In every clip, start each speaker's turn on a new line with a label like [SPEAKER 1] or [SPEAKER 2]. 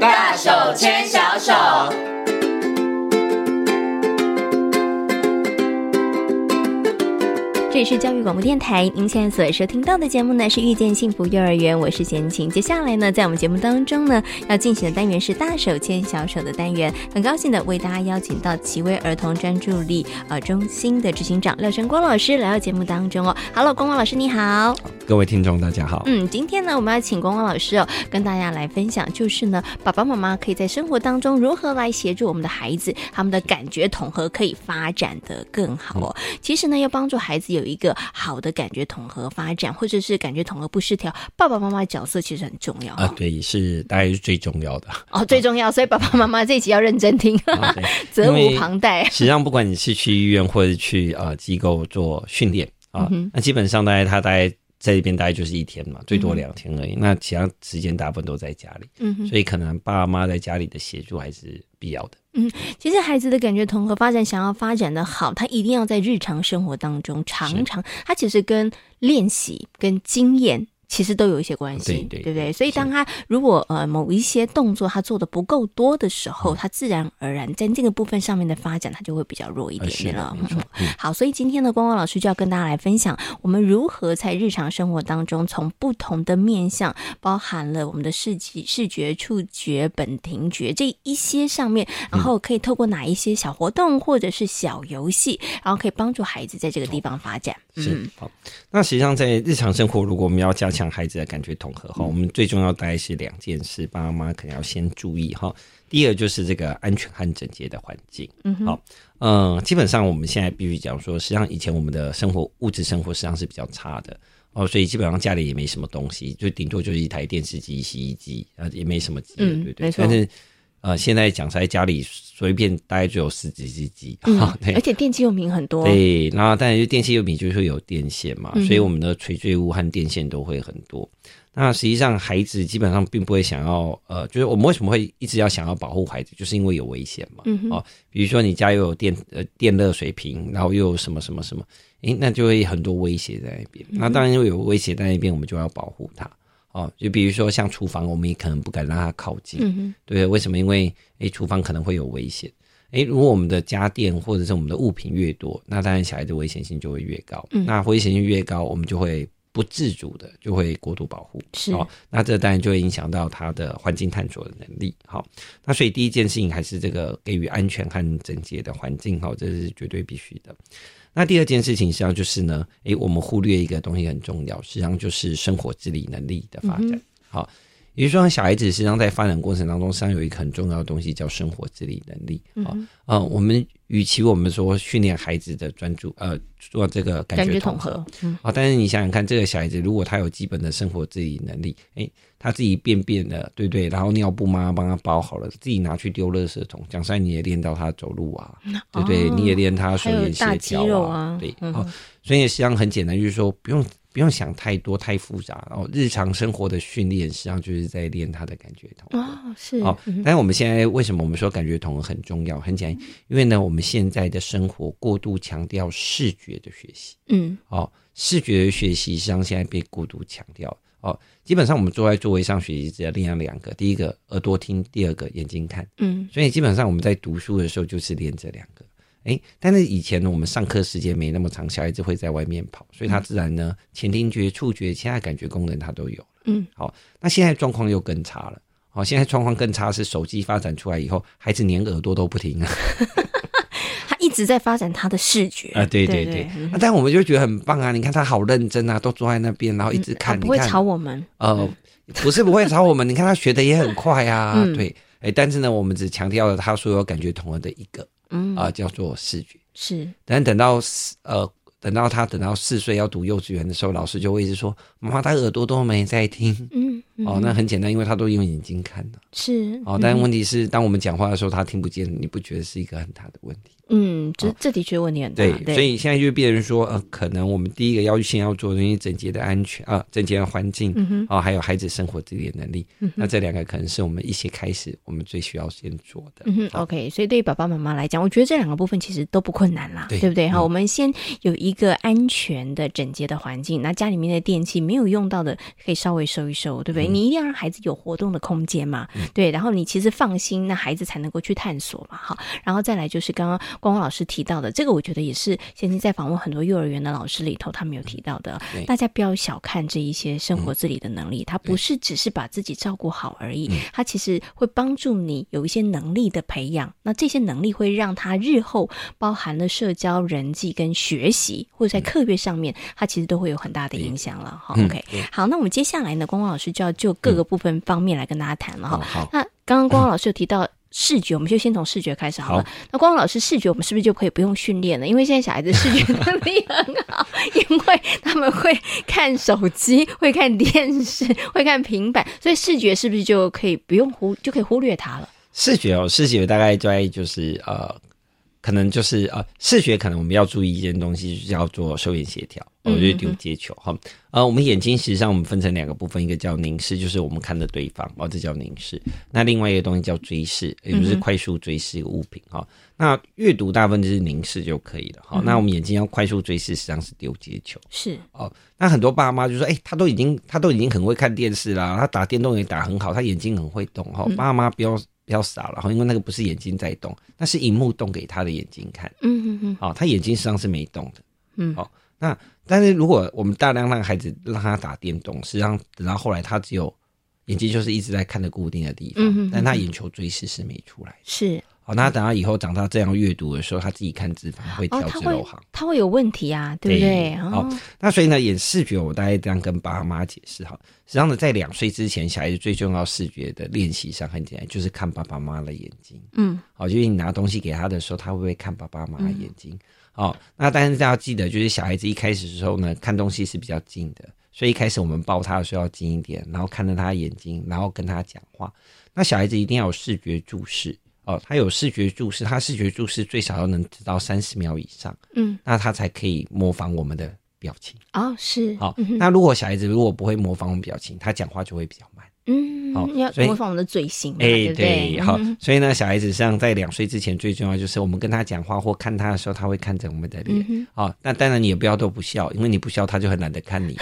[SPEAKER 1] 大手牵小手。
[SPEAKER 2] 这里是教育广播电台，您现在所收听到的节目呢是《遇见幸福幼儿园》，我是贤琴。接下来呢，在我们节目当中呢，要进行的单元是“大手牵小手”的单元。很高兴的为大家邀请到奇威儿童专注力呃中心的执行长廖晨光老师来到节目当中哦。Hello，光光老师你好。
[SPEAKER 3] 各位听众，大家好。
[SPEAKER 2] 嗯，今天呢，我们要请光光老师哦，跟大家来分享，就是呢，爸爸妈妈可以在生活当中如何来协助我们的孩子，他们的感觉统合可以发展的更好哦。
[SPEAKER 3] 嗯
[SPEAKER 2] 其实呢，要帮助孩子有一个好的感觉统合发展，或者是感觉统合不失调，爸爸妈妈的角色其实很重要
[SPEAKER 3] 啊，
[SPEAKER 2] 哦。
[SPEAKER 3] 对，是大概是最重要 的。
[SPEAKER 2] 哦，最重要，所以爸爸妈妈这一集要认真听，
[SPEAKER 3] 啊对
[SPEAKER 2] 责
[SPEAKER 3] 因
[SPEAKER 2] 无
[SPEAKER 3] 为
[SPEAKER 2] 旁贷。
[SPEAKER 3] 实际上，不管你是去医院或者去呃机构做训练啊，
[SPEAKER 2] 嗯哼
[SPEAKER 3] 那基本上大概他大概在这边大概就是一天嘛，最多两天而已。那其他时间大部分都在家里，
[SPEAKER 2] 嗯哼，
[SPEAKER 3] 所以可能爸妈在家里的协助还是必要的。
[SPEAKER 2] 其实孩子的感觉统合发展想要发展的好，他一定要在日常生活当中常常，他其实跟练习、跟经验。其实都有一些关系，
[SPEAKER 3] 对对
[SPEAKER 2] 不对？
[SPEAKER 3] 对
[SPEAKER 2] 所以当他如果呃某一些动作他做的不够多的时
[SPEAKER 3] 嗯
[SPEAKER 2] 候，他自然而然在这个部分上面的发展，他就会比较弱一
[SPEAKER 3] 呃，
[SPEAKER 2] 点
[SPEAKER 3] 是
[SPEAKER 2] 点
[SPEAKER 3] 的
[SPEAKER 2] 了，。
[SPEAKER 3] 没错。嗯
[SPEAKER 2] 好，所以今天呢，光光老师就要跟大家来分享，我们如何在日常生活当中，从不同的面向，包含了我们的视觉、视觉、触觉、本庭觉这一些上面，
[SPEAKER 3] 嗯
[SPEAKER 2] 然后可以透过哪一些小活动或者是小游戏，然后可以帮助孩子在这个地方发展。
[SPEAKER 3] 哦是
[SPEAKER 2] 嗯，
[SPEAKER 3] 好，那实际上在日常生活，如果我们要加强孩子的感觉统合哈，
[SPEAKER 2] 嗯
[SPEAKER 3] 我们最重要大概是两件事，爸妈可能要先注意哈。第一个就是这个安全和整洁的环境，
[SPEAKER 2] 嗯哼
[SPEAKER 3] 好，嗯、基本上我们现在必须讲说，实际上以前我们的生活物质生活实际上是比较差的哦，所以基本上家里也没什么东西，就顶多就是一台电视机、洗衣机，啊，也没什么机了，
[SPEAKER 2] 嗯
[SPEAKER 3] 对不对？
[SPEAKER 2] 没错
[SPEAKER 3] 但是呃，现在讲实在，家里随便大概就有十几只鸡，哈、
[SPEAKER 2] 嗯
[SPEAKER 3] 对
[SPEAKER 2] 而。且电器用品很多，
[SPEAKER 3] 对，然后当然就电器用品就是会有电线嘛，
[SPEAKER 2] 嗯
[SPEAKER 3] 所以我们的垂坠物和电线都会很多。那实际上孩子基本上并不会想要，呃，就是我们为什么会一直要想要保护孩子，就是因为有危险嘛。
[SPEAKER 2] 嗯哼
[SPEAKER 3] 哦，比如说你家又有电呃电热水瓶，然后又有什么什么什么，诶，那就会很多威胁在那
[SPEAKER 2] 嗯
[SPEAKER 3] 边。那当然因为有威胁在那边，我们就要保护它。哦，就比如说像厨房，我们也可能不敢让它靠近。
[SPEAKER 2] 嗯哼，
[SPEAKER 3] 对，为什么？因为诶，厨房可能会有危险。诶，如果我们的家电或者是我们的物品越多，那当然小孩的危险性就会越高。
[SPEAKER 2] 嗯
[SPEAKER 3] 那危险性越高，我们就会不自主的就会过度保护。
[SPEAKER 2] 是
[SPEAKER 3] 哦，那这当然就会影响到他的环境探索的能力。好、那所以第一件事情还是这个给予安全和整洁的环境，哈、这是绝对必须的。那第二件事情实际上就是呢，诶，我们忽略一个东西很重要，实际上就是生活自理能力的发展。好、也就是说，小孩子实际上在发展过程当中，实际上有一个很重要的东西叫生活自理能力。啊、嗯我们与其我们说训练孩子的专注，呃，做这个感
[SPEAKER 2] 感
[SPEAKER 3] 觉
[SPEAKER 2] 觉
[SPEAKER 3] 统
[SPEAKER 2] 统
[SPEAKER 3] 合
[SPEAKER 2] 合，嗯
[SPEAKER 3] 啊、但是你想想看，这个小孩子如果他有基本的生活自理能力，诶，他自己便便了，对不对，然后尿布妈妈帮他包好了，自己拿去丢垃圾桶，讲实在你也练到他走路啊，对不对？
[SPEAKER 2] 哦
[SPEAKER 3] 你也练他手
[SPEAKER 2] 还有
[SPEAKER 3] 眼
[SPEAKER 2] 大
[SPEAKER 3] 协
[SPEAKER 2] 肌
[SPEAKER 3] 调
[SPEAKER 2] 肉
[SPEAKER 3] 啊
[SPEAKER 2] 啊，
[SPEAKER 3] 对，
[SPEAKER 2] 嗯
[SPEAKER 3] 哦，所以实际上很简单，就是说不用不用想太多太复杂，哦，日常生活的训练实际上就是在练他的感觉统合。
[SPEAKER 2] 哦，是，
[SPEAKER 3] 哦
[SPEAKER 2] 嗯，
[SPEAKER 3] 但是我们现在为什么我们说感觉统合很重要？很简单，因为呢，我们现在的生活过度强调视觉的学习，
[SPEAKER 2] 嗯
[SPEAKER 3] 哦，视觉学习实际上现在被过度强调哦。基本上我们坐在座位上学习，只要练了两个，第一个耳朵听，第二个眼睛看。
[SPEAKER 2] 嗯
[SPEAKER 3] 所以基本上我们在读书的时候就是练这两个。诶，但是以前呢，我们上课时间没那么长，小孩子会在外面跑，所以
[SPEAKER 2] 嗯
[SPEAKER 3] 他自然呢，前听觉、触觉，其他感觉功能他都有。
[SPEAKER 2] 嗯，
[SPEAKER 3] 好、那现在状况又更差了。好、现在状况更差是手机发展出来以后，孩子连耳朵都不听啊。
[SPEAKER 2] 他一直在发展他的视觉
[SPEAKER 3] 啊，对对
[SPEAKER 2] 对
[SPEAKER 3] 对，
[SPEAKER 2] 嗯
[SPEAKER 3] 啊但我们就觉得很棒啊！你看他好认真啊，都坐在那边，然后一直
[SPEAKER 2] 嗯他
[SPEAKER 3] 看，
[SPEAKER 2] 不会
[SPEAKER 3] 你看
[SPEAKER 2] 吵我们，
[SPEAKER 3] 呃，不是不会吵我们，你看他学的也很快啊，
[SPEAKER 2] 嗯
[SPEAKER 3] 对，哎，但是呢，我们只强调了他所有感觉统合的一个
[SPEAKER 2] 嗯
[SPEAKER 3] 啊、叫做视觉。
[SPEAKER 2] 是，
[SPEAKER 3] 但等到四呃，等到他等到四岁要读幼稚园的时候，老师就会一直说：“妈妈，他耳朵都没在听。
[SPEAKER 2] 嗯”
[SPEAKER 3] 哦，那很简单，因为他都用眼睛看的。哦
[SPEAKER 2] 是嗯
[SPEAKER 3] 哦，但问题是，当我们讲话的时候，他听不见，你不觉得是一个很大的问题？
[SPEAKER 2] 嗯，这这的确问题很大，
[SPEAKER 3] 对，所以现在就变成说，呃，可能我们第一个要先要做的是整洁的安全啊、整洁的环境，
[SPEAKER 2] 嗯哼，
[SPEAKER 3] 啊、还有孩子生活自理的能力。
[SPEAKER 2] 嗯哼
[SPEAKER 3] 那这两个可能是我们一起开始，我们最需要先做的。
[SPEAKER 2] 嗯哼
[SPEAKER 3] 好
[SPEAKER 2] ，OK，所以对于爸爸妈妈来讲，我觉得这两个部分其实都不困难啦，
[SPEAKER 3] 对
[SPEAKER 2] 不对？哈、
[SPEAKER 3] 嗯
[SPEAKER 2] 我们先有一个安全的、整洁的环境，那家里面的电器没有用到的，可以稍微收一收，对不
[SPEAKER 3] 嗯
[SPEAKER 2] 对？你一定要让孩子有活动的空间嘛，对。然后你其实放心，那孩子才能够去探索嘛，哈。然后再来就是刚刚光光老师提到的，这个我觉得也是现在在访问很多幼儿园的老师里头，他们有提到的
[SPEAKER 3] 对，嗯
[SPEAKER 2] 大家不要小看这一些生活自理的能力，他不是只是把自己照顾好而
[SPEAKER 3] 嗯
[SPEAKER 2] 已，他其实会帮助你有一些能力的培养，那这些能力会让他日后包含了社交、人际跟学习，或者在课业上面，他其实都会有很大的影响了。哈、
[SPEAKER 3] 嗯
[SPEAKER 2] o k 好，那我们接下来呢，光光老师就要就各个部分方面来跟大家谈了哈。
[SPEAKER 3] 哦好，
[SPEAKER 2] 那刚刚光光老师有提到视觉，我们就先从视觉开始好了。
[SPEAKER 3] 好
[SPEAKER 2] 那光光老师视觉，我们是不是就可以不用训练了？因为现在小孩子视觉能力很好，因为他们会看手机、会看电视、会看平板，所以视觉是不是就可以不用忽就可以忽略它了？
[SPEAKER 3] 视觉哦，视觉大概在就是呃，可能就是呃，视觉可能我们要注意一件东西，就是叫做收眼协调，我
[SPEAKER 2] 嗯
[SPEAKER 3] 就是丢接球哈。呃，我们眼睛实际上我们分成两个部分，一个叫凝视，就是我们看着对方，哦，这叫凝视；那另外一个东西叫追视，也就是快速追视一个物品哈、那阅读大部分就是凝视就可以了
[SPEAKER 2] 嗯
[SPEAKER 3] 哈、那我们眼睛要快速追视，实际上是丢接球。
[SPEAKER 2] 是，
[SPEAKER 3] 哦，那很多爸妈就说，哎、他都已经他都已经很会看电视啦，他打电动也打很好，他眼睛很会动哈、
[SPEAKER 2] 嗯
[SPEAKER 3] 哦。爸妈不要不要傻了哈，因为那个不是眼睛在动，那是荧幕动给他的眼睛看，
[SPEAKER 2] 嗯嗯嗯，
[SPEAKER 3] 哦，他眼睛实际上是没动的，
[SPEAKER 2] 嗯
[SPEAKER 3] 哦，那但是如果我们大量让孩子让他打电动，实际上等到后来他只有眼睛就是一直在看着固定的地方，
[SPEAKER 2] 嗯哼
[SPEAKER 3] 但他眼球追视是没出来的。
[SPEAKER 2] 是
[SPEAKER 3] 哦，那等到以后长大这样阅读的时候，他自己看字反而会
[SPEAKER 2] 哦
[SPEAKER 3] 调，
[SPEAKER 2] 他
[SPEAKER 3] 整
[SPEAKER 2] 会
[SPEAKER 3] 楼行。
[SPEAKER 2] 他会有问题啊，对不对？
[SPEAKER 3] 好、
[SPEAKER 2] 哦，
[SPEAKER 3] 那所以呢，演视觉我大概这样跟爸妈解释哈。实际上呢，在两岁之前，小孩子最重要视觉的练习上很简单，就是看爸爸妈妈的眼睛。
[SPEAKER 2] 嗯，
[SPEAKER 3] 好、就是你拿东西给他的时候，他会不会看爸爸妈妈的眼睛？哦，那但是大家要记得，就是小孩子一开始的时候呢，看东西是比较近的，所以一开始我们抱他的时候要近一点，然后看着他的眼睛，然后跟他讲话。那小孩子一定要有视觉注视哦，他有视觉注视，他视觉注视最少要能知道三十秒以上，
[SPEAKER 2] 嗯，
[SPEAKER 3] 那他才可以模仿我们的表情。
[SPEAKER 2] 哦，是，
[SPEAKER 3] 好、
[SPEAKER 2] 嗯哼
[SPEAKER 3] 那如果小孩子如果不会模仿我们表情，他讲话就会比较慢。
[SPEAKER 2] 嗯，
[SPEAKER 3] 好
[SPEAKER 2] 要
[SPEAKER 3] 所以
[SPEAKER 2] 模仿我们的嘴型嘛，
[SPEAKER 3] 哎、
[SPEAKER 2] 对不
[SPEAKER 3] 对，好、
[SPEAKER 2] 嗯
[SPEAKER 3] 所以呢，小孩子实际上在两岁之前最重要就是我们跟他讲话或看他的时候，他会看着我们的脸。
[SPEAKER 2] 嗯哼，
[SPEAKER 3] 好、那当然你也不要都不笑，因为你不笑他就很懒得看你。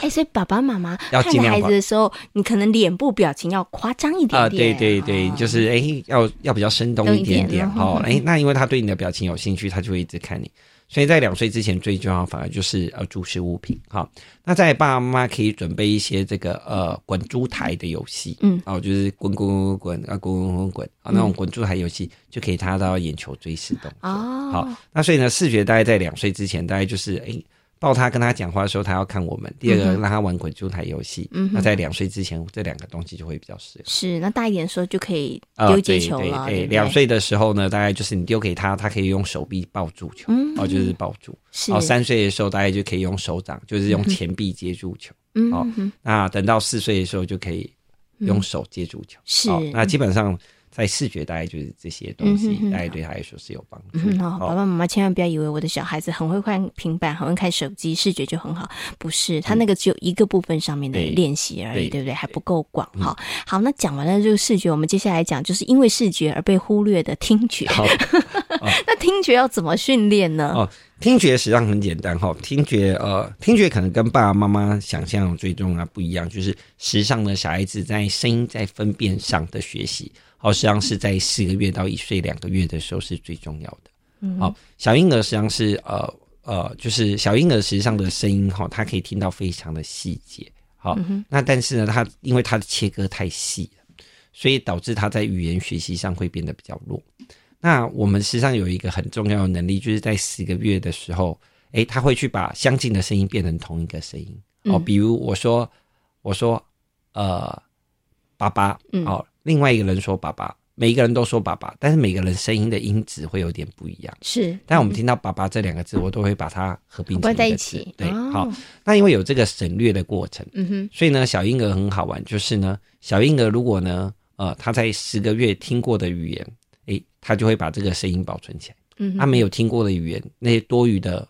[SPEAKER 2] 哎，所以爸爸妈妈
[SPEAKER 3] 要
[SPEAKER 2] 看
[SPEAKER 3] 尽
[SPEAKER 2] 着
[SPEAKER 3] 量
[SPEAKER 2] 孩子
[SPEAKER 3] 夸
[SPEAKER 2] 的时候，你可能脸部表情要夸张一点
[SPEAKER 3] 啊、对
[SPEAKER 2] 点，
[SPEAKER 3] 对对，
[SPEAKER 2] 哦
[SPEAKER 3] 就是哎、要要比较生动
[SPEAKER 2] 动
[SPEAKER 3] 一
[SPEAKER 2] 一
[SPEAKER 3] 点
[SPEAKER 2] 点
[SPEAKER 3] 点
[SPEAKER 2] 嗯
[SPEAKER 3] 哦。
[SPEAKER 2] 嗯
[SPEAKER 3] 哎、那因为他对你的表情有兴趣，他就会一直看你。所以在两岁之前，最重要反而就是呃注视物品哈、那在爸爸妈妈可以准备一些这个呃滚珠台的游戏，
[SPEAKER 2] 嗯，
[SPEAKER 3] 哦，就是滚滚滚滚啊，滚滚滚滚啊，那种滚珠台游戏就可以达到眼球追视动作。
[SPEAKER 2] 哦，
[SPEAKER 3] 好，那所以呢，视觉大概在两岁之前，大概就是诶，抱他跟他讲话的时候，他要看我们；第二个，让他玩滚珠台游戏。
[SPEAKER 2] 嗯嗯哼
[SPEAKER 3] 那在两岁之前，这两个东西就会比较适合。
[SPEAKER 2] 是，那大一点的时候就可以
[SPEAKER 3] 啊，
[SPEAKER 2] 丢接
[SPEAKER 3] 对对
[SPEAKER 2] 球了，
[SPEAKER 3] 对
[SPEAKER 2] 不
[SPEAKER 3] 两岁的时候呢，大概就是你丢给他，他可以用手臂抱住球，
[SPEAKER 2] 嗯
[SPEAKER 3] 哦，就是抱住。
[SPEAKER 2] 是
[SPEAKER 3] 哦，三岁的时候大概就可以用手掌，就是用前臂接住球。
[SPEAKER 2] 嗯
[SPEAKER 3] 哦
[SPEAKER 2] 嗯
[SPEAKER 3] 那等到四岁的时候就可以用手接住球。
[SPEAKER 2] 嗯是
[SPEAKER 3] 哦那基本上在视觉大概就是这些东西
[SPEAKER 2] 嗯，哼哼
[SPEAKER 3] 大概对他来说是有帮助
[SPEAKER 2] 嗯，
[SPEAKER 3] 的。
[SPEAKER 2] 哦，爸
[SPEAKER 3] 哦
[SPEAKER 2] 爸妈妈千万不要以为我的小孩子很会看平板，很会看手机，视觉就很好，不是，他那个只有一个部分上面的
[SPEAKER 3] 嗯对
[SPEAKER 2] 练习而已，
[SPEAKER 3] 对嗯
[SPEAKER 2] 对不对？还不够广哈、好，那讲完了这个视觉，我们接下来讲就是因为视觉而被忽略的听觉，
[SPEAKER 3] 好，
[SPEAKER 2] 那听觉要怎么训练呢？
[SPEAKER 3] 哦，听觉实际上很简单哈、听觉呃，听觉可能跟爸爸妈妈想象最重要不一样，就是实际上呢，小孩子在声音在分辨上的学习，哦，实际上是在四个月到一岁两个月的时候是最重要的。嗯，好、小婴儿实际上是呃呃，就是小婴儿实际上的声音哈、他可以听到非常的细节。好、那但是呢，他因为他的切割太细了，所以导致他在语言学习上会变得比较弱。那我们实际上有一个很重要的能力，就是在十个月的时候，诶，他会去把相近的声音变成同一个声音
[SPEAKER 2] 嗯
[SPEAKER 3] 哦。比如我说，我说，呃，爸爸，
[SPEAKER 2] 嗯
[SPEAKER 3] 哦，另外一个人说爸爸，每一个人都说爸爸，但是每个人声音的音值会有点不一样。
[SPEAKER 2] 是，
[SPEAKER 3] 但我们听到“爸爸”这两个字，我都会把它合并成
[SPEAKER 2] 嗯合在一
[SPEAKER 3] 个
[SPEAKER 2] 起
[SPEAKER 3] 字对，
[SPEAKER 2] 哦
[SPEAKER 3] 好，那因为有这个省略的过程，
[SPEAKER 2] 嗯哼，
[SPEAKER 3] 所以呢，小婴儿很好玩，就是呢，小婴儿如果呢，呃，他在十个月听过的语言，诶，他就会把这个声音保存起来。
[SPEAKER 2] 嗯哼
[SPEAKER 3] 他没有听过的语言，那些多余的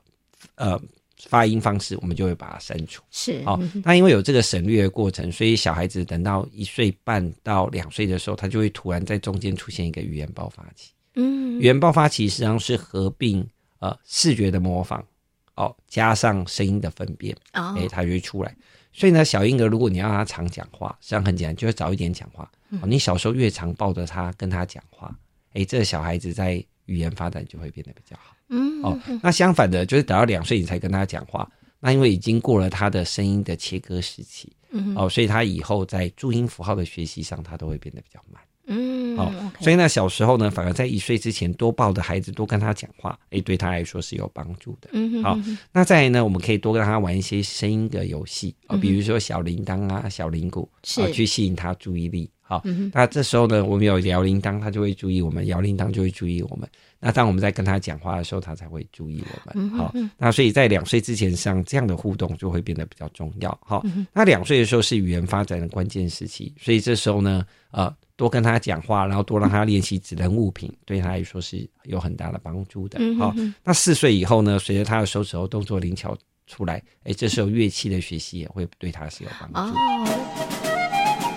[SPEAKER 3] 呃发音方式，我们就会把它删除。
[SPEAKER 2] 是
[SPEAKER 3] 好、
[SPEAKER 2] 嗯哼
[SPEAKER 3] 那因为有这个省略的过程，所以小孩子等到一岁半到两岁的时候，他就会突然在中间出现一个语言爆发期。
[SPEAKER 2] 嗯
[SPEAKER 3] 语言爆发期实际上是合并呃视觉的模仿，哦，加上声音的分辨，
[SPEAKER 2] 哦
[SPEAKER 3] 诶、它就会出来。所以呢，小婴儿如果你要让他常讲话，实际上很简单，就是早一点讲话。
[SPEAKER 2] 嗯
[SPEAKER 3] 哦、你小时候越常抱着他跟他讲话，诶、这个小孩子在语言发展就会变得比较好。
[SPEAKER 2] 嗯
[SPEAKER 3] 哦，那相反的，就是等到两岁你才跟他讲话，那因为已经过了他的声音的切割时期，
[SPEAKER 2] 嗯
[SPEAKER 3] 哦，所以他以后在注音符号的学习上，他都会变得比较慢。
[SPEAKER 2] 嗯
[SPEAKER 3] 哦
[SPEAKER 2] o k
[SPEAKER 3] 所以呢，小时候呢，反而在一岁之前多抱着孩子，多跟他讲话，诶，对他来说是有帮助的。
[SPEAKER 2] 嗯哼
[SPEAKER 3] 好
[SPEAKER 2] 嗯哼
[SPEAKER 3] 那再来呢，我们可以多让他玩一些声音的游戏啊、哦比如说小铃铛啊、小铃鼓
[SPEAKER 2] 嗯是
[SPEAKER 3] 啊、去吸引他注意力。好、
[SPEAKER 2] 嗯哼
[SPEAKER 3] 那这时候呢，我们有摇铃铛，他就会注意我们；摇铃铛就会注意我们。那当我们在跟他讲话的时候，他才会注意我
[SPEAKER 2] 嗯
[SPEAKER 3] 们。好、那所以在两岁之前上这样的互动就会变得比较重要。好、
[SPEAKER 2] 嗯
[SPEAKER 3] 那两岁的时候是语言发展的关键时期，所以这时候呢，呃，多跟他讲话，然后多让他练习指认物品，对他来说是有很大的帮助的。
[SPEAKER 2] 嗯
[SPEAKER 3] 好、那四岁以后呢，随着他的手指头动作灵巧出来，哎，这时候乐器的学习也会对他是有帮助的。
[SPEAKER 2] 哦，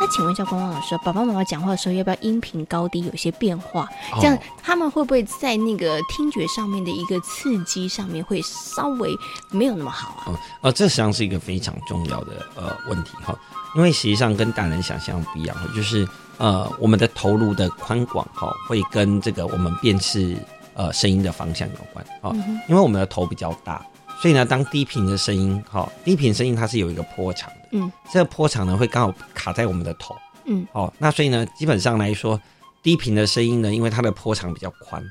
[SPEAKER 2] 那请问一下光光老师，爸爸妈妈讲话的时候要不要音频高低有些变化？这样
[SPEAKER 3] 哦
[SPEAKER 2] 他们会不会在那个听觉上面的一个刺激上面会稍微没有那么好啊？
[SPEAKER 3] 嗯，呃，这实际上是一个非常重要的呃问题哈，因为实际上跟大人想象不一样哈，就是呃我们的头颅的宽广哈，会跟这个我们辨识呃声音的方向有关哈，
[SPEAKER 2] 嗯
[SPEAKER 3] 因为我们的头比较大，所以呢，当低频的声音哈，低频声音它是有一个波长的，
[SPEAKER 2] 嗯，
[SPEAKER 3] 这个波长呢会刚好卡在我们的头，
[SPEAKER 2] 嗯，
[SPEAKER 3] 哦，那所以呢，基本上来说，低频的声音呢，因为它的波长比较宽，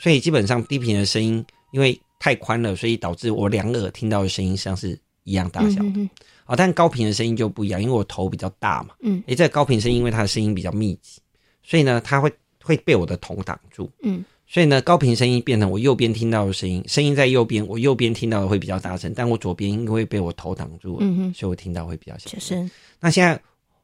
[SPEAKER 3] 所以基本上低频的声音因为太宽了，所以导致我两耳听到的声音像是一样大小。
[SPEAKER 2] 嗯嗯
[SPEAKER 3] 好、但高频的声音就不一样，因为我头比较大嘛。
[SPEAKER 2] 嗯
[SPEAKER 3] 诶，这个高频声音因为它的声音比较密集，所以呢，它会会被我的头挡住。
[SPEAKER 2] 嗯，
[SPEAKER 3] 所以呢，高频声音变成我右边听到的声音，声音在右边，我右边听到的会比较大声，但我左边因为被我头挡住了，
[SPEAKER 2] 嗯哼
[SPEAKER 3] 所以我听到会比较小
[SPEAKER 2] 就
[SPEAKER 3] 声。
[SPEAKER 2] 是
[SPEAKER 3] 那现在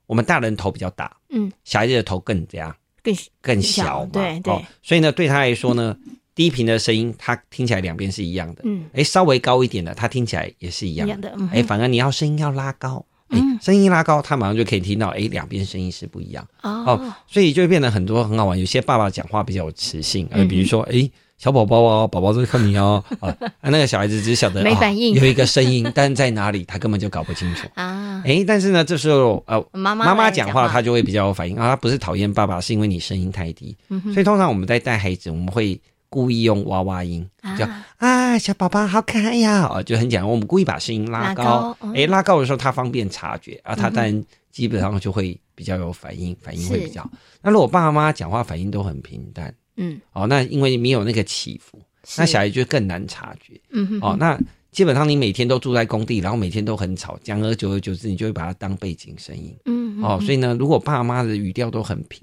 [SPEAKER 3] 我们大人头比较大，
[SPEAKER 2] 嗯
[SPEAKER 3] 小孩子的头更这样
[SPEAKER 2] 更
[SPEAKER 3] 更小嘛，
[SPEAKER 2] 对对
[SPEAKER 3] 哦，所以呢，对他来说呢，低频的声音他听起来两边是一样的，
[SPEAKER 2] 嗯
[SPEAKER 3] 哎，稍微高一点的，他听起来也是一
[SPEAKER 2] 一
[SPEAKER 3] 样的
[SPEAKER 2] 样，的，嗯
[SPEAKER 3] 哎，反而你要声音要拉高，哎，声音一拉高，他马上就可以听到，哎，两边声音是不一样，
[SPEAKER 2] 哦
[SPEAKER 3] 哦，所以就会变得很多很好玩。有些爸爸讲话比较有磁性，呃，比如说，
[SPEAKER 2] 嗯
[SPEAKER 3] 哎，小宝宝哦，宝宝在看你哦， 啊，那个小孩子只晓得
[SPEAKER 2] 没反应
[SPEAKER 3] 哦有一个声音，但是在哪里他根本就搞不清 楚。
[SPEAKER 2] 啊，
[SPEAKER 3] 哎，但是呢，这时候呃，
[SPEAKER 2] 妈妈
[SPEAKER 3] 妈
[SPEAKER 2] 来
[SPEAKER 3] 妈
[SPEAKER 2] 讲
[SPEAKER 3] 讲话，她就会比较有反应啊。她不是讨厌爸爸，是因为你声音太低。
[SPEAKER 2] 嗯
[SPEAKER 3] 所以通常我们在带孩子，我们会故意用娃娃音，就
[SPEAKER 2] 啊
[SPEAKER 3] 啊，小宝宝好可爱呀、哦，就很简单。我们故意把声音拉
[SPEAKER 2] 拉
[SPEAKER 3] 高
[SPEAKER 2] 高嗯，
[SPEAKER 3] 哎、拉高的时候他方便察觉啊，他当然基本上就会比较有反应，反应会比较好。那如果爸妈讲话反应都很平淡，
[SPEAKER 2] 嗯
[SPEAKER 3] 哦，那因为没有那个起伏，那
[SPEAKER 2] 是
[SPEAKER 3] 小孩就更难察觉。
[SPEAKER 2] 嗯哼
[SPEAKER 3] 哦，那基本上你每天都住在工地，然后每天都很吵，讲而久而久之，你就会把它当背景声音。
[SPEAKER 2] 嗯
[SPEAKER 3] 哦，所以呢，如果爸妈的语调都很平，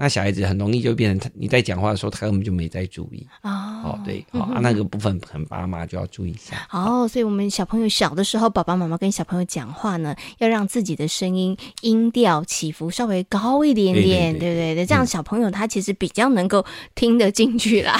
[SPEAKER 3] 那小孩子很容易就变成他你在讲话的时候，他根本就没在注意。
[SPEAKER 2] 哦
[SPEAKER 3] 哦，对，哦，啊，那个部分可能爸妈就要注意一下。
[SPEAKER 2] 哦，所以我们小朋友小的时候，爸爸妈妈跟小朋友讲话呢，要让自己的声音音调起伏稍微高一点点，
[SPEAKER 3] 对对对
[SPEAKER 2] 不
[SPEAKER 3] 嗯
[SPEAKER 2] 对这样小朋友他其实比较能够听得进去啦。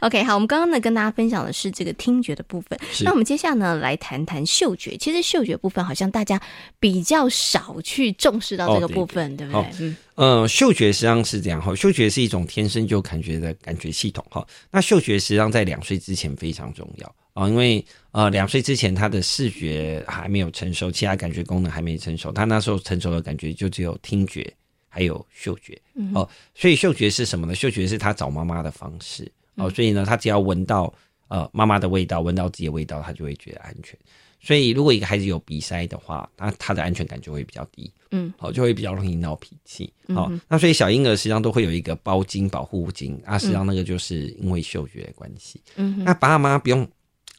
[SPEAKER 2] OK，好，我们刚刚呢跟大家分享的是这个听觉的部分，
[SPEAKER 3] 是
[SPEAKER 2] 那我们接下来呢来谈谈嗅觉。其实嗅觉部分好像大家比较少去重视到这
[SPEAKER 3] 哦
[SPEAKER 2] 个
[SPEAKER 3] 对
[SPEAKER 2] 部分，对不对
[SPEAKER 3] 好？
[SPEAKER 2] 嗯
[SPEAKER 3] 嗯，嗅觉实际上是这样哈，嗅觉是一种天生就感觉的感觉系统哈。那嗅觉实际上在两岁之前非常重要啊、因为呃两岁之前他的视觉还没有成熟，其他感觉功能还没成熟，他那时候成熟的感觉就只有听觉还有嗅觉哦、所以嗅觉是什么呢？嗅觉是他找妈妈的方式哦、所以呢，他只要闻到呃妈妈的味道，闻到自己的味道，他就会觉得安全。所以如果一个孩子有鼻塞的话，那他的安全感就会比较低。
[SPEAKER 2] 嗯
[SPEAKER 3] 好、就会比较容易闹脾气。好、那所以小婴儿实际上都会有一个包
[SPEAKER 2] 嗯
[SPEAKER 3] 巾、保护巾啊，实际上那个就是因为嗅觉的关系。嗯，那爸妈不用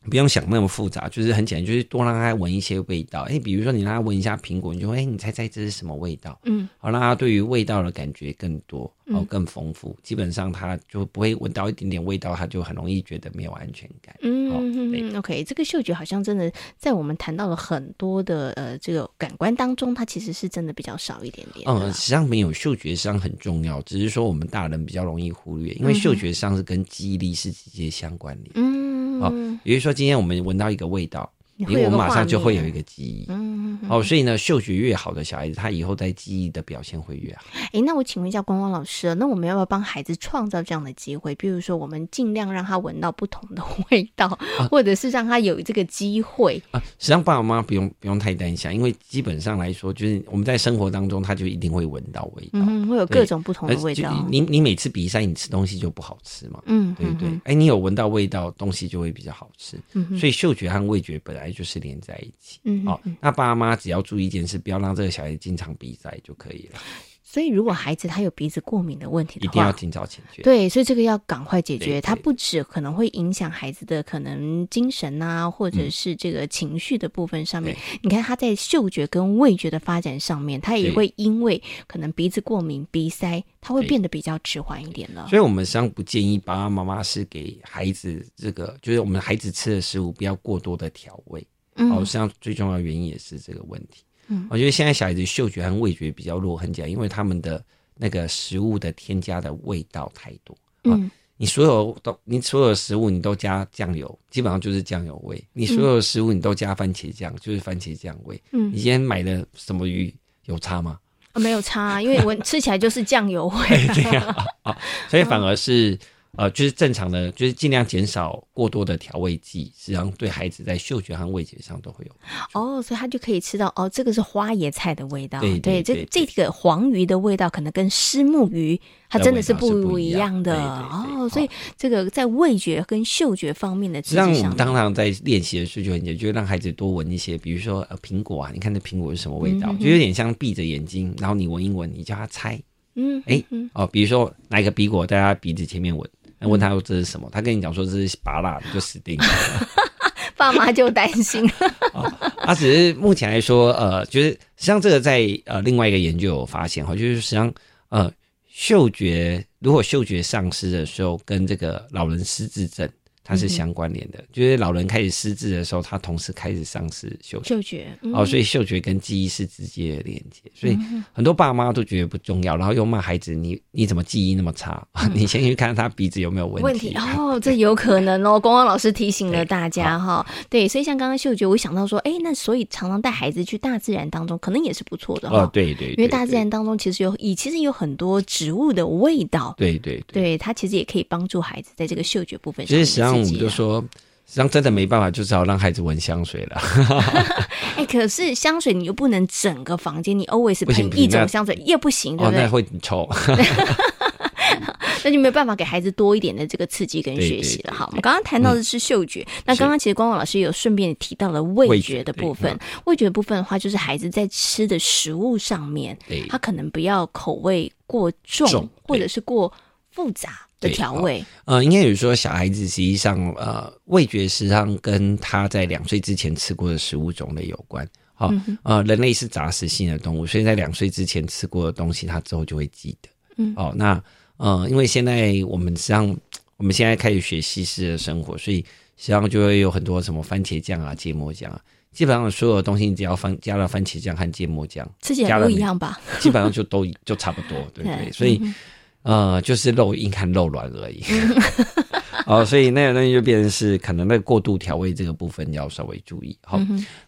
[SPEAKER 3] 不用想那么复杂，就是很简单，就是多让他闻一些味道。哎，比如说你让他闻一下苹果，你就哎，你猜猜这是什么味道？
[SPEAKER 2] 嗯，
[SPEAKER 3] 好，让他对于味道的感觉更多，哦
[SPEAKER 2] 嗯，
[SPEAKER 3] 更丰富。基本上他就不会闻到一点点味道，他就很容易觉得没有安全感。好对
[SPEAKER 2] 嗯，OK，这个嗅觉好像真的在我们谈到了很多的呃这个感官当中，它其实是真的比较少一点点的啦。
[SPEAKER 3] 嗯，实际上没有嗅觉上很重要，只是说我们大人比较容易忽略，因为
[SPEAKER 2] 嗯哼
[SPEAKER 3] 嗅觉上是跟记忆力是直接相关联。
[SPEAKER 2] 嗯，
[SPEAKER 3] 好比如说今天我们闻到一个味道，
[SPEAKER 2] 你
[SPEAKER 3] 因
[SPEAKER 2] 会
[SPEAKER 3] 为
[SPEAKER 2] 有
[SPEAKER 3] 我
[SPEAKER 2] 个
[SPEAKER 3] 们马
[SPEAKER 2] 画
[SPEAKER 3] 上就会有
[SPEAKER 2] 面
[SPEAKER 3] 一个记忆。
[SPEAKER 2] 嗯，
[SPEAKER 3] 哦，所以呢，嗅觉越好的小孩子，他以后在记忆的表现会越好。
[SPEAKER 2] 诶，那我请问一下光光老师，啊那我们要不要帮孩子创造这样的机会？比如说，我们尽量让他闻到不同的 味道，或者是让他有这个机会。
[SPEAKER 3] 啊，实际上爸爸妈妈不用不用太担心啊，因为基本上来说，就是我们在生活当中，他就一定会闻到味道。
[SPEAKER 2] 嗯哼，会有各
[SPEAKER 3] 对
[SPEAKER 2] 种不同
[SPEAKER 3] 而
[SPEAKER 2] 的味
[SPEAKER 3] 就
[SPEAKER 2] 道。哦
[SPEAKER 3] 你你每次比赛，你吃东西就不好吃嘛，
[SPEAKER 2] 嗯，
[SPEAKER 3] 对不对
[SPEAKER 2] 嗯？
[SPEAKER 3] 哎、你有闻到味道，东西就会比较好吃。
[SPEAKER 2] 嗯哼
[SPEAKER 3] 所以嗅觉和味觉本来就是连在一起。
[SPEAKER 2] 嗯哼
[SPEAKER 3] 哦，那爸妈只要注意一件事，不要让这个小孩子经常比赛就可以了，
[SPEAKER 2] 所以如果孩子他有鼻子过敏的问题
[SPEAKER 3] 一
[SPEAKER 2] 的
[SPEAKER 3] 定要
[SPEAKER 2] 话，
[SPEAKER 3] 尽早解决。
[SPEAKER 2] 对，所以这个要赶快解
[SPEAKER 3] 对
[SPEAKER 2] 决。
[SPEAKER 3] 对
[SPEAKER 2] 它不止可能会影响孩子的可能精神啊，或
[SPEAKER 3] 嗯
[SPEAKER 2] 者是这个情绪的部分上面。你看他在嗅觉跟味觉的发展上面，他也
[SPEAKER 3] 对
[SPEAKER 2] 会因为可能鼻子过敏、鼻塞，他会
[SPEAKER 3] 对
[SPEAKER 2] 变得比较迟缓一点了。
[SPEAKER 3] 所以，我们实际上不建议爸爸妈妈是给孩子这个，就是我们孩子吃的食物不要过多的调味。
[SPEAKER 2] 嗯
[SPEAKER 3] 哦，实际上最重要的原因也是这个问题。
[SPEAKER 2] 嗯
[SPEAKER 3] 我觉得现在小孩子嗅觉和味觉比较弱，很简单，因为他们的那个食物的添加的味道太多。啊
[SPEAKER 2] 嗯
[SPEAKER 3] 你所有都，你所有的食物你都加酱油，基本上就是酱油味；你所有的食物你都加番茄酱，就是番茄酱味。
[SPEAKER 2] 嗯
[SPEAKER 3] 你今天买的什么鱼有差吗？
[SPEAKER 2] 啊没有差啊，因为我吃起来就是酱油味。
[SPEAKER 3] 对呀、啊，所以
[SPEAKER 2] 嗯
[SPEAKER 3] 反而是呃，就是正常的，就是尽量减少过多的调味剂，实际上对孩子在嗅觉和味觉上都会有。
[SPEAKER 2] 哦，所以他就可以吃到哦，这个是花椰菜的味道。
[SPEAKER 3] 对对
[SPEAKER 2] 这
[SPEAKER 3] 对
[SPEAKER 2] 这个黄鱼的味道可能跟虱目鱼它
[SPEAKER 3] 的
[SPEAKER 2] 真
[SPEAKER 3] 味
[SPEAKER 2] 的是
[SPEAKER 3] 道是不
[SPEAKER 2] 一
[SPEAKER 3] 一
[SPEAKER 2] 样
[SPEAKER 3] 样
[SPEAKER 2] 的
[SPEAKER 3] 对对对
[SPEAKER 2] 哦，所以这个在味觉跟嗅觉方面的
[SPEAKER 3] 实际
[SPEAKER 2] 知
[SPEAKER 3] 上，
[SPEAKER 2] 识
[SPEAKER 3] 我
[SPEAKER 2] 上
[SPEAKER 3] 们
[SPEAKER 2] 面，
[SPEAKER 3] 当然在练习的时候就很简单，就让孩子多闻一些，比如说呃苹果啊，你看这苹果是什么味道，
[SPEAKER 2] 嗯哼
[SPEAKER 3] 就有点像闭着眼睛，然后你闻一闻，你叫他猜
[SPEAKER 2] 嗯，
[SPEAKER 3] 哎
[SPEAKER 2] 嗯
[SPEAKER 3] 哦，比如说拿一个鼻果在他鼻子前面闻，那问他说这是什么，他跟你讲说这是拔蜡，你就死定了。
[SPEAKER 2] 爸妈就担心 了。
[SPEAKER 3] 啊，只是目前来说，呃，就是实际上这个在呃另外一个研究有发现哈，就是实际上呃嗅觉如果嗅觉丧失的时候，跟这个老人失智症它
[SPEAKER 2] 嗯
[SPEAKER 3] 是相关联的，就是老人开始失智的时候，他同时开始丧失嗅觉。
[SPEAKER 2] 嗅觉
[SPEAKER 3] 哦，
[SPEAKER 2] 嗯
[SPEAKER 3] 所以嗅觉跟记忆是直接的连接，所以很多爸妈都觉得不重要，然后又骂孩子你你怎么记忆那么差？ 你先去看他鼻子有没有问题。
[SPEAKER 2] 嗯问题哦，这有可能 哦。光光老师提醒了
[SPEAKER 3] 对
[SPEAKER 2] 大家哈，对，所以像刚刚嗅觉，我想到说，哎，那所以常常带孩子去大自然当中，可能也是不错的哈。
[SPEAKER 3] 哦，对对，
[SPEAKER 2] 因为
[SPEAKER 3] 对
[SPEAKER 2] 大自然当中其实有以其实有很多植物的味道，
[SPEAKER 3] 对对对。
[SPEAKER 2] 对它其实也可以帮助孩子在这个嗅觉部分
[SPEAKER 3] 其
[SPEAKER 2] 上面的
[SPEAKER 3] 实实际
[SPEAKER 2] 刺
[SPEAKER 3] 上我们
[SPEAKER 2] 激
[SPEAKER 3] 就
[SPEAKER 2] 啊，
[SPEAKER 3] 说，实际上真的没办法，就只好让孩子闻香水了。
[SPEAKER 2] 哎，可是香水你又不能整个房间，你 always
[SPEAKER 3] 不行
[SPEAKER 2] 喷
[SPEAKER 3] 不行
[SPEAKER 2] 一种
[SPEAKER 3] 那
[SPEAKER 2] 香水也不行，对
[SPEAKER 3] 哦
[SPEAKER 2] 不，
[SPEAKER 3] 那
[SPEAKER 2] 对？
[SPEAKER 3] 会很臭。
[SPEAKER 2] 那就没有办法给孩子多一点的这个刺激跟
[SPEAKER 3] 对
[SPEAKER 2] 学
[SPEAKER 3] 对
[SPEAKER 2] 习了。
[SPEAKER 3] 对嗯
[SPEAKER 2] 好，我们刚刚谈到的是嗅觉，那刚刚其实光光老师有顺便提到了味
[SPEAKER 3] 味
[SPEAKER 2] 觉
[SPEAKER 3] 觉
[SPEAKER 2] 的
[SPEAKER 3] 对
[SPEAKER 2] 部分
[SPEAKER 3] 嗯，
[SPEAKER 2] 味觉部分的话，就是孩子在吃的食物上面，
[SPEAKER 3] 对
[SPEAKER 2] 他可能不要口味过重
[SPEAKER 3] 重，
[SPEAKER 2] 或
[SPEAKER 3] 对
[SPEAKER 2] 者是过复杂的
[SPEAKER 3] 对
[SPEAKER 2] 调
[SPEAKER 3] 好
[SPEAKER 2] 味，
[SPEAKER 3] 呃，应该有说小孩子实际上呃，味觉实际上跟他在两岁之前吃过的食物种类有关。好、
[SPEAKER 2] 嗯
[SPEAKER 3] 呃，人类是杂食性的动物，所以在两岁之前吃过的东西，他之后就会记得。
[SPEAKER 2] 嗯
[SPEAKER 3] 哦，那呃，因为现在我们实际上我们现在开始学西式的生活，所以实际上就会有很多什么番茄酱啊、芥末酱啊，基本上所有的东西，你只要番加了番茄酱和芥末酱，
[SPEAKER 2] 吃起来
[SPEAKER 3] 加
[SPEAKER 2] 都
[SPEAKER 3] 了
[SPEAKER 2] 一
[SPEAKER 3] 米
[SPEAKER 2] 样吧？
[SPEAKER 3] 基本上就都就差不多，对不对？
[SPEAKER 2] 对
[SPEAKER 3] 所以、呃，就是肉硬和肉软而已。 哦，所以那个东西就变成是可能那个过度调味这个部分要稍微注意。好、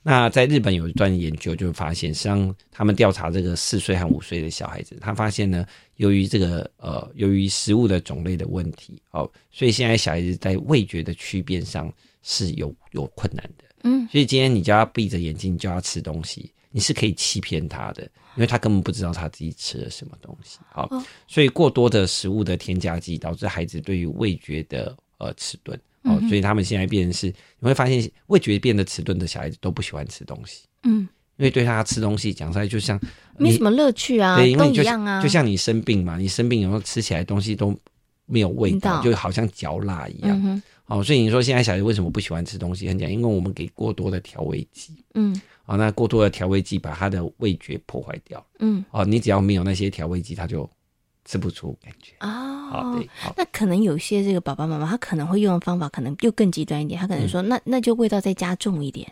[SPEAKER 3] 那在日本有一段研究就发现，实际上他们调查这个四岁和五岁的小孩子，他发现呢，由于这个呃，由于食物的种类的问题，哦，所以现在小孩子在味觉的区辨上是有有困难的。
[SPEAKER 2] 嗯，
[SPEAKER 3] 所以今天你叫他闭着眼睛，你叫他吃东西，你是可以欺骗他的，
[SPEAKER 2] 哦
[SPEAKER 3] 因为他根本不知道他自己吃了什么东西。好，所以过多的食物的添加剂导致孩子对于味觉的呃迟钝。哦，
[SPEAKER 2] 嗯
[SPEAKER 3] 所以他们现在变成是，你会发现味觉变得迟钝的小孩子都不喜欢吃东西，
[SPEAKER 2] 嗯，
[SPEAKER 3] 因为对他吃东西讲出来就像
[SPEAKER 2] 没
[SPEAKER 3] 你
[SPEAKER 2] 什么乐趣啊，
[SPEAKER 3] 对，因为
[SPEAKER 2] 都
[SPEAKER 3] 你
[SPEAKER 2] 一
[SPEAKER 3] 就
[SPEAKER 2] 样啊，
[SPEAKER 3] 就像你生病嘛，你生病有时候吃起来东西都没有味
[SPEAKER 2] 味道
[SPEAKER 3] 道，就好像嚼蜡一样。
[SPEAKER 2] 嗯哼，
[SPEAKER 3] 哦，所以你说现在小孩为什么不喜欢吃东西？很简单，因为我们给过多的调味剂。
[SPEAKER 2] 嗯
[SPEAKER 3] 哦，那过多的调味剂把它的味觉破坏掉。
[SPEAKER 2] 嗯
[SPEAKER 3] 哦，你只要没有那些调味剂，它就吃不出感觉。好，
[SPEAKER 2] 哦
[SPEAKER 3] 对，，好，
[SPEAKER 2] 那可能有些这个爸爸妈妈，他可能会用的方法可能又更极端一点，他可能
[SPEAKER 3] 嗯
[SPEAKER 2] 说、那那就味道再加重一点，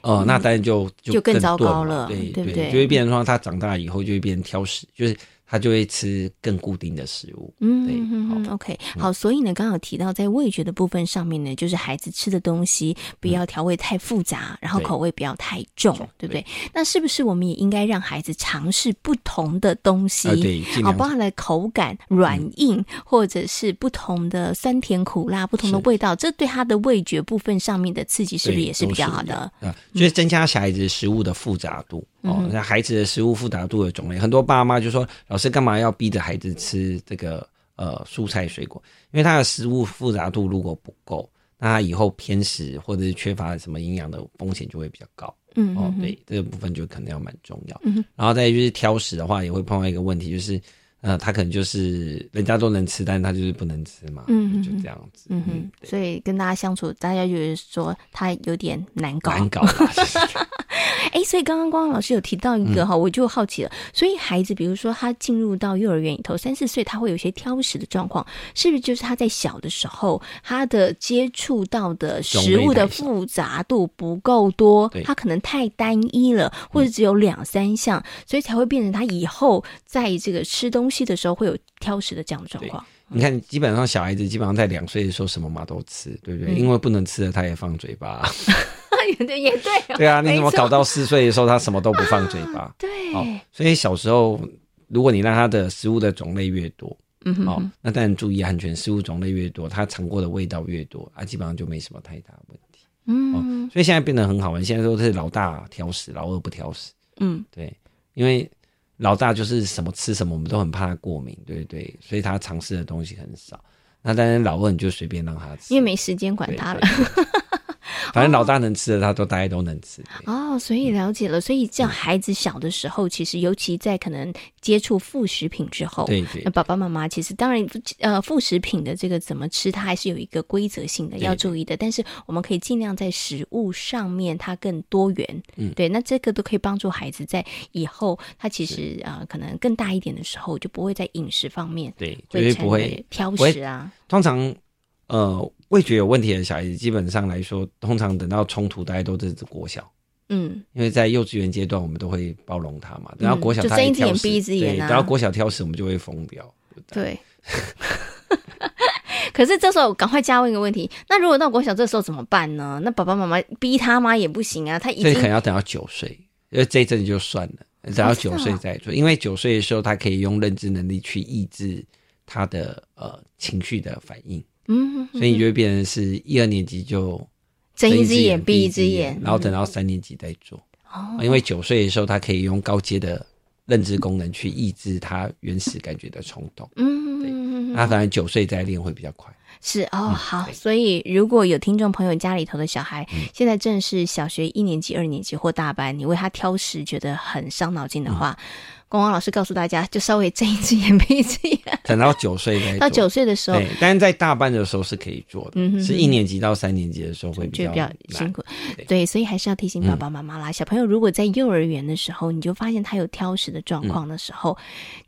[SPEAKER 3] 哦，那当然就
[SPEAKER 2] 就更
[SPEAKER 3] 更
[SPEAKER 2] 糟
[SPEAKER 3] 钝
[SPEAKER 2] 糕
[SPEAKER 3] 嘛
[SPEAKER 2] 了
[SPEAKER 3] 对
[SPEAKER 2] 对不对
[SPEAKER 3] 就会变成说他长大以后就会变成挑食，就是他就会吃更固定的食物。
[SPEAKER 2] 嗯
[SPEAKER 3] 对
[SPEAKER 2] 嗯嗯
[SPEAKER 3] 好
[SPEAKER 2] ，OK，好，所以呢，刚好提到在味觉的部分上面呢，就是孩子吃的东西不要调味太复杂，然后
[SPEAKER 3] 嗯对
[SPEAKER 2] 口味不要太重，对不对？那是不是我们也应该让孩子尝试不同的东西？
[SPEAKER 3] 啊，对，尽
[SPEAKER 2] 好，
[SPEAKER 3] 量
[SPEAKER 2] 包含了口感、软硬，或者是不同的酸甜苦辣、不同的
[SPEAKER 3] 是
[SPEAKER 2] 味道，这对他的味觉部分上面的刺激，是不是
[SPEAKER 3] 对
[SPEAKER 2] 也是
[SPEAKER 3] 都
[SPEAKER 2] 比较
[SPEAKER 3] 是
[SPEAKER 2] 好
[SPEAKER 3] 一
[SPEAKER 2] 的
[SPEAKER 3] 样？啊，就是增加小孩子食物的复杂度、哦。
[SPEAKER 2] 嗯
[SPEAKER 3] 那孩子的食物复杂度的种类，很多爸妈就说：“老师干嘛要逼着孩子吃这个呃蔬菜水果？因为他的食物复杂度如果不够，那他以后偏食或者是缺乏什么营养的风险就会比较高。”
[SPEAKER 2] 嗯
[SPEAKER 3] 哦
[SPEAKER 2] 嗯，嗯
[SPEAKER 3] 对，这个部分就可能要蛮重要。
[SPEAKER 2] 嗯哼
[SPEAKER 3] 然后再就是挑食的话，也会碰到一个问题，就是呃，他可能就是人家都能吃，但他就是不能吃嘛，
[SPEAKER 2] 嗯
[SPEAKER 3] 就
[SPEAKER 2] 嗯嗯
[SPEAKER 3] 这样子，
[SPEAKER 2] 嗯哼，所以跟大家相处，大家就是说他有点难搞。
[SPEAKER 3] 难搞啦。
[SPEAKER 2] 哎，所以刚刚光光老师有提到
[SPEAKER 3] 嗯
[SPEAKER 2] 一个哈，我就好奇了。所以孩子，比如说他进入到幼儿园里头，三四岁他会有一些挑食的状况，是不是就是他在小的时候他的接触到的食物的复杂度不够多
[SPEAKER 3] 对，嗯
[SPEAKER 2] 他可能太单一了，或者只有两三项，所以才会变成他以后在这个吃东西的时候会有挑食的这样的状况。
[SPEAKER 3] 你看，基本上小孩子基本上在两岁的时候什么嘛都吃，对不对？
[SPEAKER 2] 嗯
[SPEAKER 3] 因为不能吃的他也放嘴巴。
[SPEAKER 2] 也对，也对哦，
[SPEAKER 3] 对啊，你怎么
[SPEAKER 2] 没错哎
[SPEAKER 3] 搞到四岁的时候他什么都不放嘴巴？
[SPEAKER 2] 对，
[SPEAKER 3] 哦，所以小时候如果你让他的食物的种类越多，
[SPEAKER 2] 嗯哼
[SPEAKER 3] 哦，那当然注意安全，食物种类越多，他尝过的味道越多，啊，基本上就没什么太大问题。
[SPEAKER 2] 嗯
[SPEAKER 3] 所以现在变得很好玩，现在都是老大挑食，老二不挑食。
[SPEAKER 2] 嗯
[SPEAKER 3] 对，因为老大就是什么吃什么，我们都很怕他过敏，对不对？所以他尝试的东西很少。那当然老二你就随便让他吃，
[SPEAKER 2] 因为没时间管
[SPEAKER 3] 对
[SPEAKER 2] 他了。。
[SPEAKER 3] 对对反正老大能吃的，他都大家都能吃。对嗯
[SPEAKER 2] 哦，所以了解了。所以这样，孩子小的时候，其实尤其在可能接触副食品之后，
[SPEAKER 3] 对对
[SPEAKER 2] 那爸爸妈妈其实当然呃，副食品的这个怎么吃，它还是有一个规则性的
[SPEAKER 3] 对
[SPEAKER 2] 要注意的。但是我们可以尽量在食物上面它更多元，
[SPEAKER 3] 嗯
[SPEAKER 2] 对，那这个都可以帮助孩子在以后他其实呃可能更大一点的时候，就不会在饮食方面
[SPEAKER 3] 对，绝
[SPEAKER 2] 会
[SPEAKER 3] 对
[SPEAKER 2] 成
[SPEAKER 3] 不会
[SPEAKER 2] 为。挑
[SPEAKER 3] 不会
[SPEAKER 2] 食啊。
[SPEAKER 3] 通常，呃，味觉有问题的小孩子，基本上来说，通常等到冲突，大家都是国小。
[SPEAKER 2] 嗯，
[SPEAKER 3] 因为在幼稚园阶段，我们都会包容他嘛。等到国小
[SPEAKER 2] 就
[SPEAKER 3] 他也
[SPEAKER 2] 睁一只
[SPEAKER 3] 挑
[SPEAKER 2] 眼
[SPEAKER 3] 食
[SPEAKER 2] 闭一只眼
[SPEAKER 3] 对
[SPEAKER 2] 啊
[SPEAKER 3] 等到国小挑食，我们就会疯掉。
[SPEAKER 2] 对。 可是这时候赶快加问一个问题：那如果到国小这时候怎么办呢？那爸爸妈妈逼他吗？也不行啊，他已
[SPEAKER 3] 所以可能
[SPEAKER 2] 经哦
[SPEAKER 3] 要等到九岁，因为这一阵就算了，等到九岁再做，因为九岁的时候他可以用认知能力去抑制他的呃情绪的反应，
[SPEAKER 2] 嗯，
[SPEAKER 3] 所以你就会变成是一二年级就
[SPEAKER 2] 睁一只
[SPEAKER 3] 睁
[SPEAKER 2] 眼闭一只
[SPEAKER 3] 眼
[SPEAKER 2] 眼，，嗯
[SPEAKER 3] 然后等到三年级再做，啊
[SPEAKER 2] 哦
[SPEAKER 3] 因为九岁的时候他可以用高阶的认知功能去抑制他原始感觉的冲动，
[SPEAKER 2] 嗯嗯嗯
[SPEAKER 3] 那反正九岁再练会比较快。
[SPEAKER 2] 是哦，好，
[SPEAKER 3] 嗯对嗯
[SPEAKER 2] 所以如果有听众朋友家里头的小孩、现在正是小学一年级、二年级或大班，你为他挑食觉得很伤脑筋的话，
[SPEAKER 3] 嗯
[SPEAKER 2] 光光老师告诉大家，就稍微睁一只眼闭一只眼，
[SPEAKER 3] 等到九岁再做
[SPEAKER 2] 到九岁的时候
[SPEAKER 3] 对，但是在大班的时候是可以做的，
[SPEAKER 2] 嗯哼哼
[SPEAKER 3] 是一年级到三年级的时候会比
[SPEAKER 2] 就
[SPEAKER 3] 较
[SPEAKER 2] 比较辛
[SPEAKER 3] 难
[SPEAKER 2] 苦
[SPEAKER 3] 对，嗯
[SPEAKER 2] 对，所以还是要提醒爸爸妈妈啦。小朋友如果在幼儿园的时候，你就发现他有挑食的
[SPEAKER 3] 嗯
[SPEAKER 2] 状况的时候，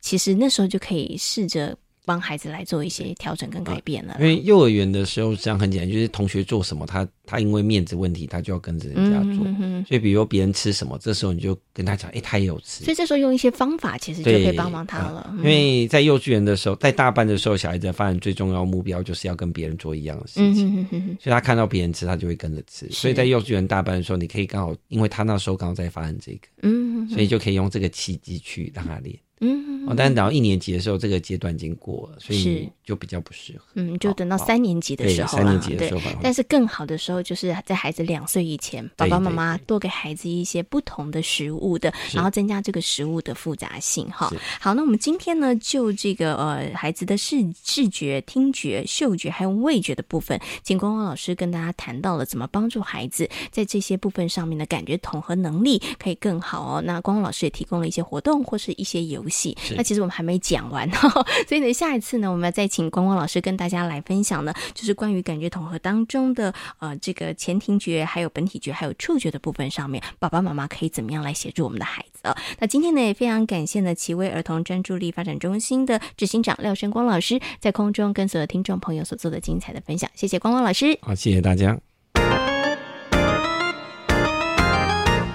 [SPEAKER 2] 其实那时候就可以试着帮孩子来做一些调整跟改变了啦。
[SPEAKER 3] 啊因为幼儿园的时候，这样很简单，就是同学做什么，他他因为面子问题，他就要跟着人家做。
[SPEAKER 2] 嗯嗯，
[SPEAKER 3] 所以，比如别人吃什么，这时候你就跟他讲，哎、他也有吃
[SPEAKER 2] 所，以这时候用一些方法，其实就可以
[SPEAKER 3] 对，
[SPEAKER 2] 帮忙他了。
[SPEAKER 3] 啊
[SPEAKER 2] 嗯
[SPEAKER 3] 因为在幼稚园的时候，在大班的时候，小孩子的发展最重要的目标就是要跟别人做一样的事
[SPEAKER 2] 嗯
[SPEAKER 3] 情。
[SPEAKER 2] 哼哼哼哼，
[SPEAKER 3] 所以他看到别人吃，他就会跟着吃。
[SPEAKER 2] 是
[SPEAKER 3] 所以在幼稚园大班的时候，你可以刚好，因为他那时候刚好在发展这个，
[SPEAKER 2] 嗯哼哼
[SPEAKER 3] 所以就可以用这个契机去让他练。
[SPEAKER 2] 嗯哼
[SPEAKER 3] 哦，
[SPEAKER 2] 哼
[SPEAKER 3] 但是等到一年级的时候，这个阶段已经过了，所
[SPEAKER 2] 是
[SPEAKER 3] 以就比较不适合。
[SPEAKER 2] 嗯，就等到
[SPEAKER 3] 好
[SPEAKER 2] 三年级的
[SPEAKER 3] 对
[SPEAKER 2] 时候
[SPEAKER 3] 三
[SPEAKER 2] 啦
[SPEAKER 3] 年级的
[SPEAKER 2] 对
[SPEAKER 3] 时候反而会
[SPEAKER 2] 但是更好的时候就是在孩子两岁以前，爸
[SPEAKER 3] 对
[SPEAKER 2] 爸
[SPEAKER 3] 对
[SPEAKER 2] 妈妈
[SPEAKER 3] 对
[SPEAKER 2] 多给孩子一些不同的食物的，然后增加这个食物的复杂性哈
[SPEAKER 3] 是。
[SPEAKER 2] 好，那我们今天呢，就这个呃孩子的视视觉、听觉、嗅觉还有味觉的部分，请光光老师跟大家谈到了怎么帮助孩子在这些部分上面的感觉统合能力可以更好哦。那光光老师也提供了一些活动或是一些游戏，
[SPEAKER 3] 是
[SPEAKER 2] 那其实我们还没讲完哦， 所以呢，下一次呢，我们要再请光光老师跟大家来分享呢，就是关于感觉统合当中的呃这个前庭觉、还有本体觉、还有触觉的部分上面，爸爸妈妈可以怎么样来协助我们的孩子哦。那今天呢，也非常感谢呢奇威儿童专注力发展中心的执行长廖生光老师在空中跟所有听众朋友所做的精彩的分享，谢谢光光老师。
[SPEAKER 3] 好，谢谢大家。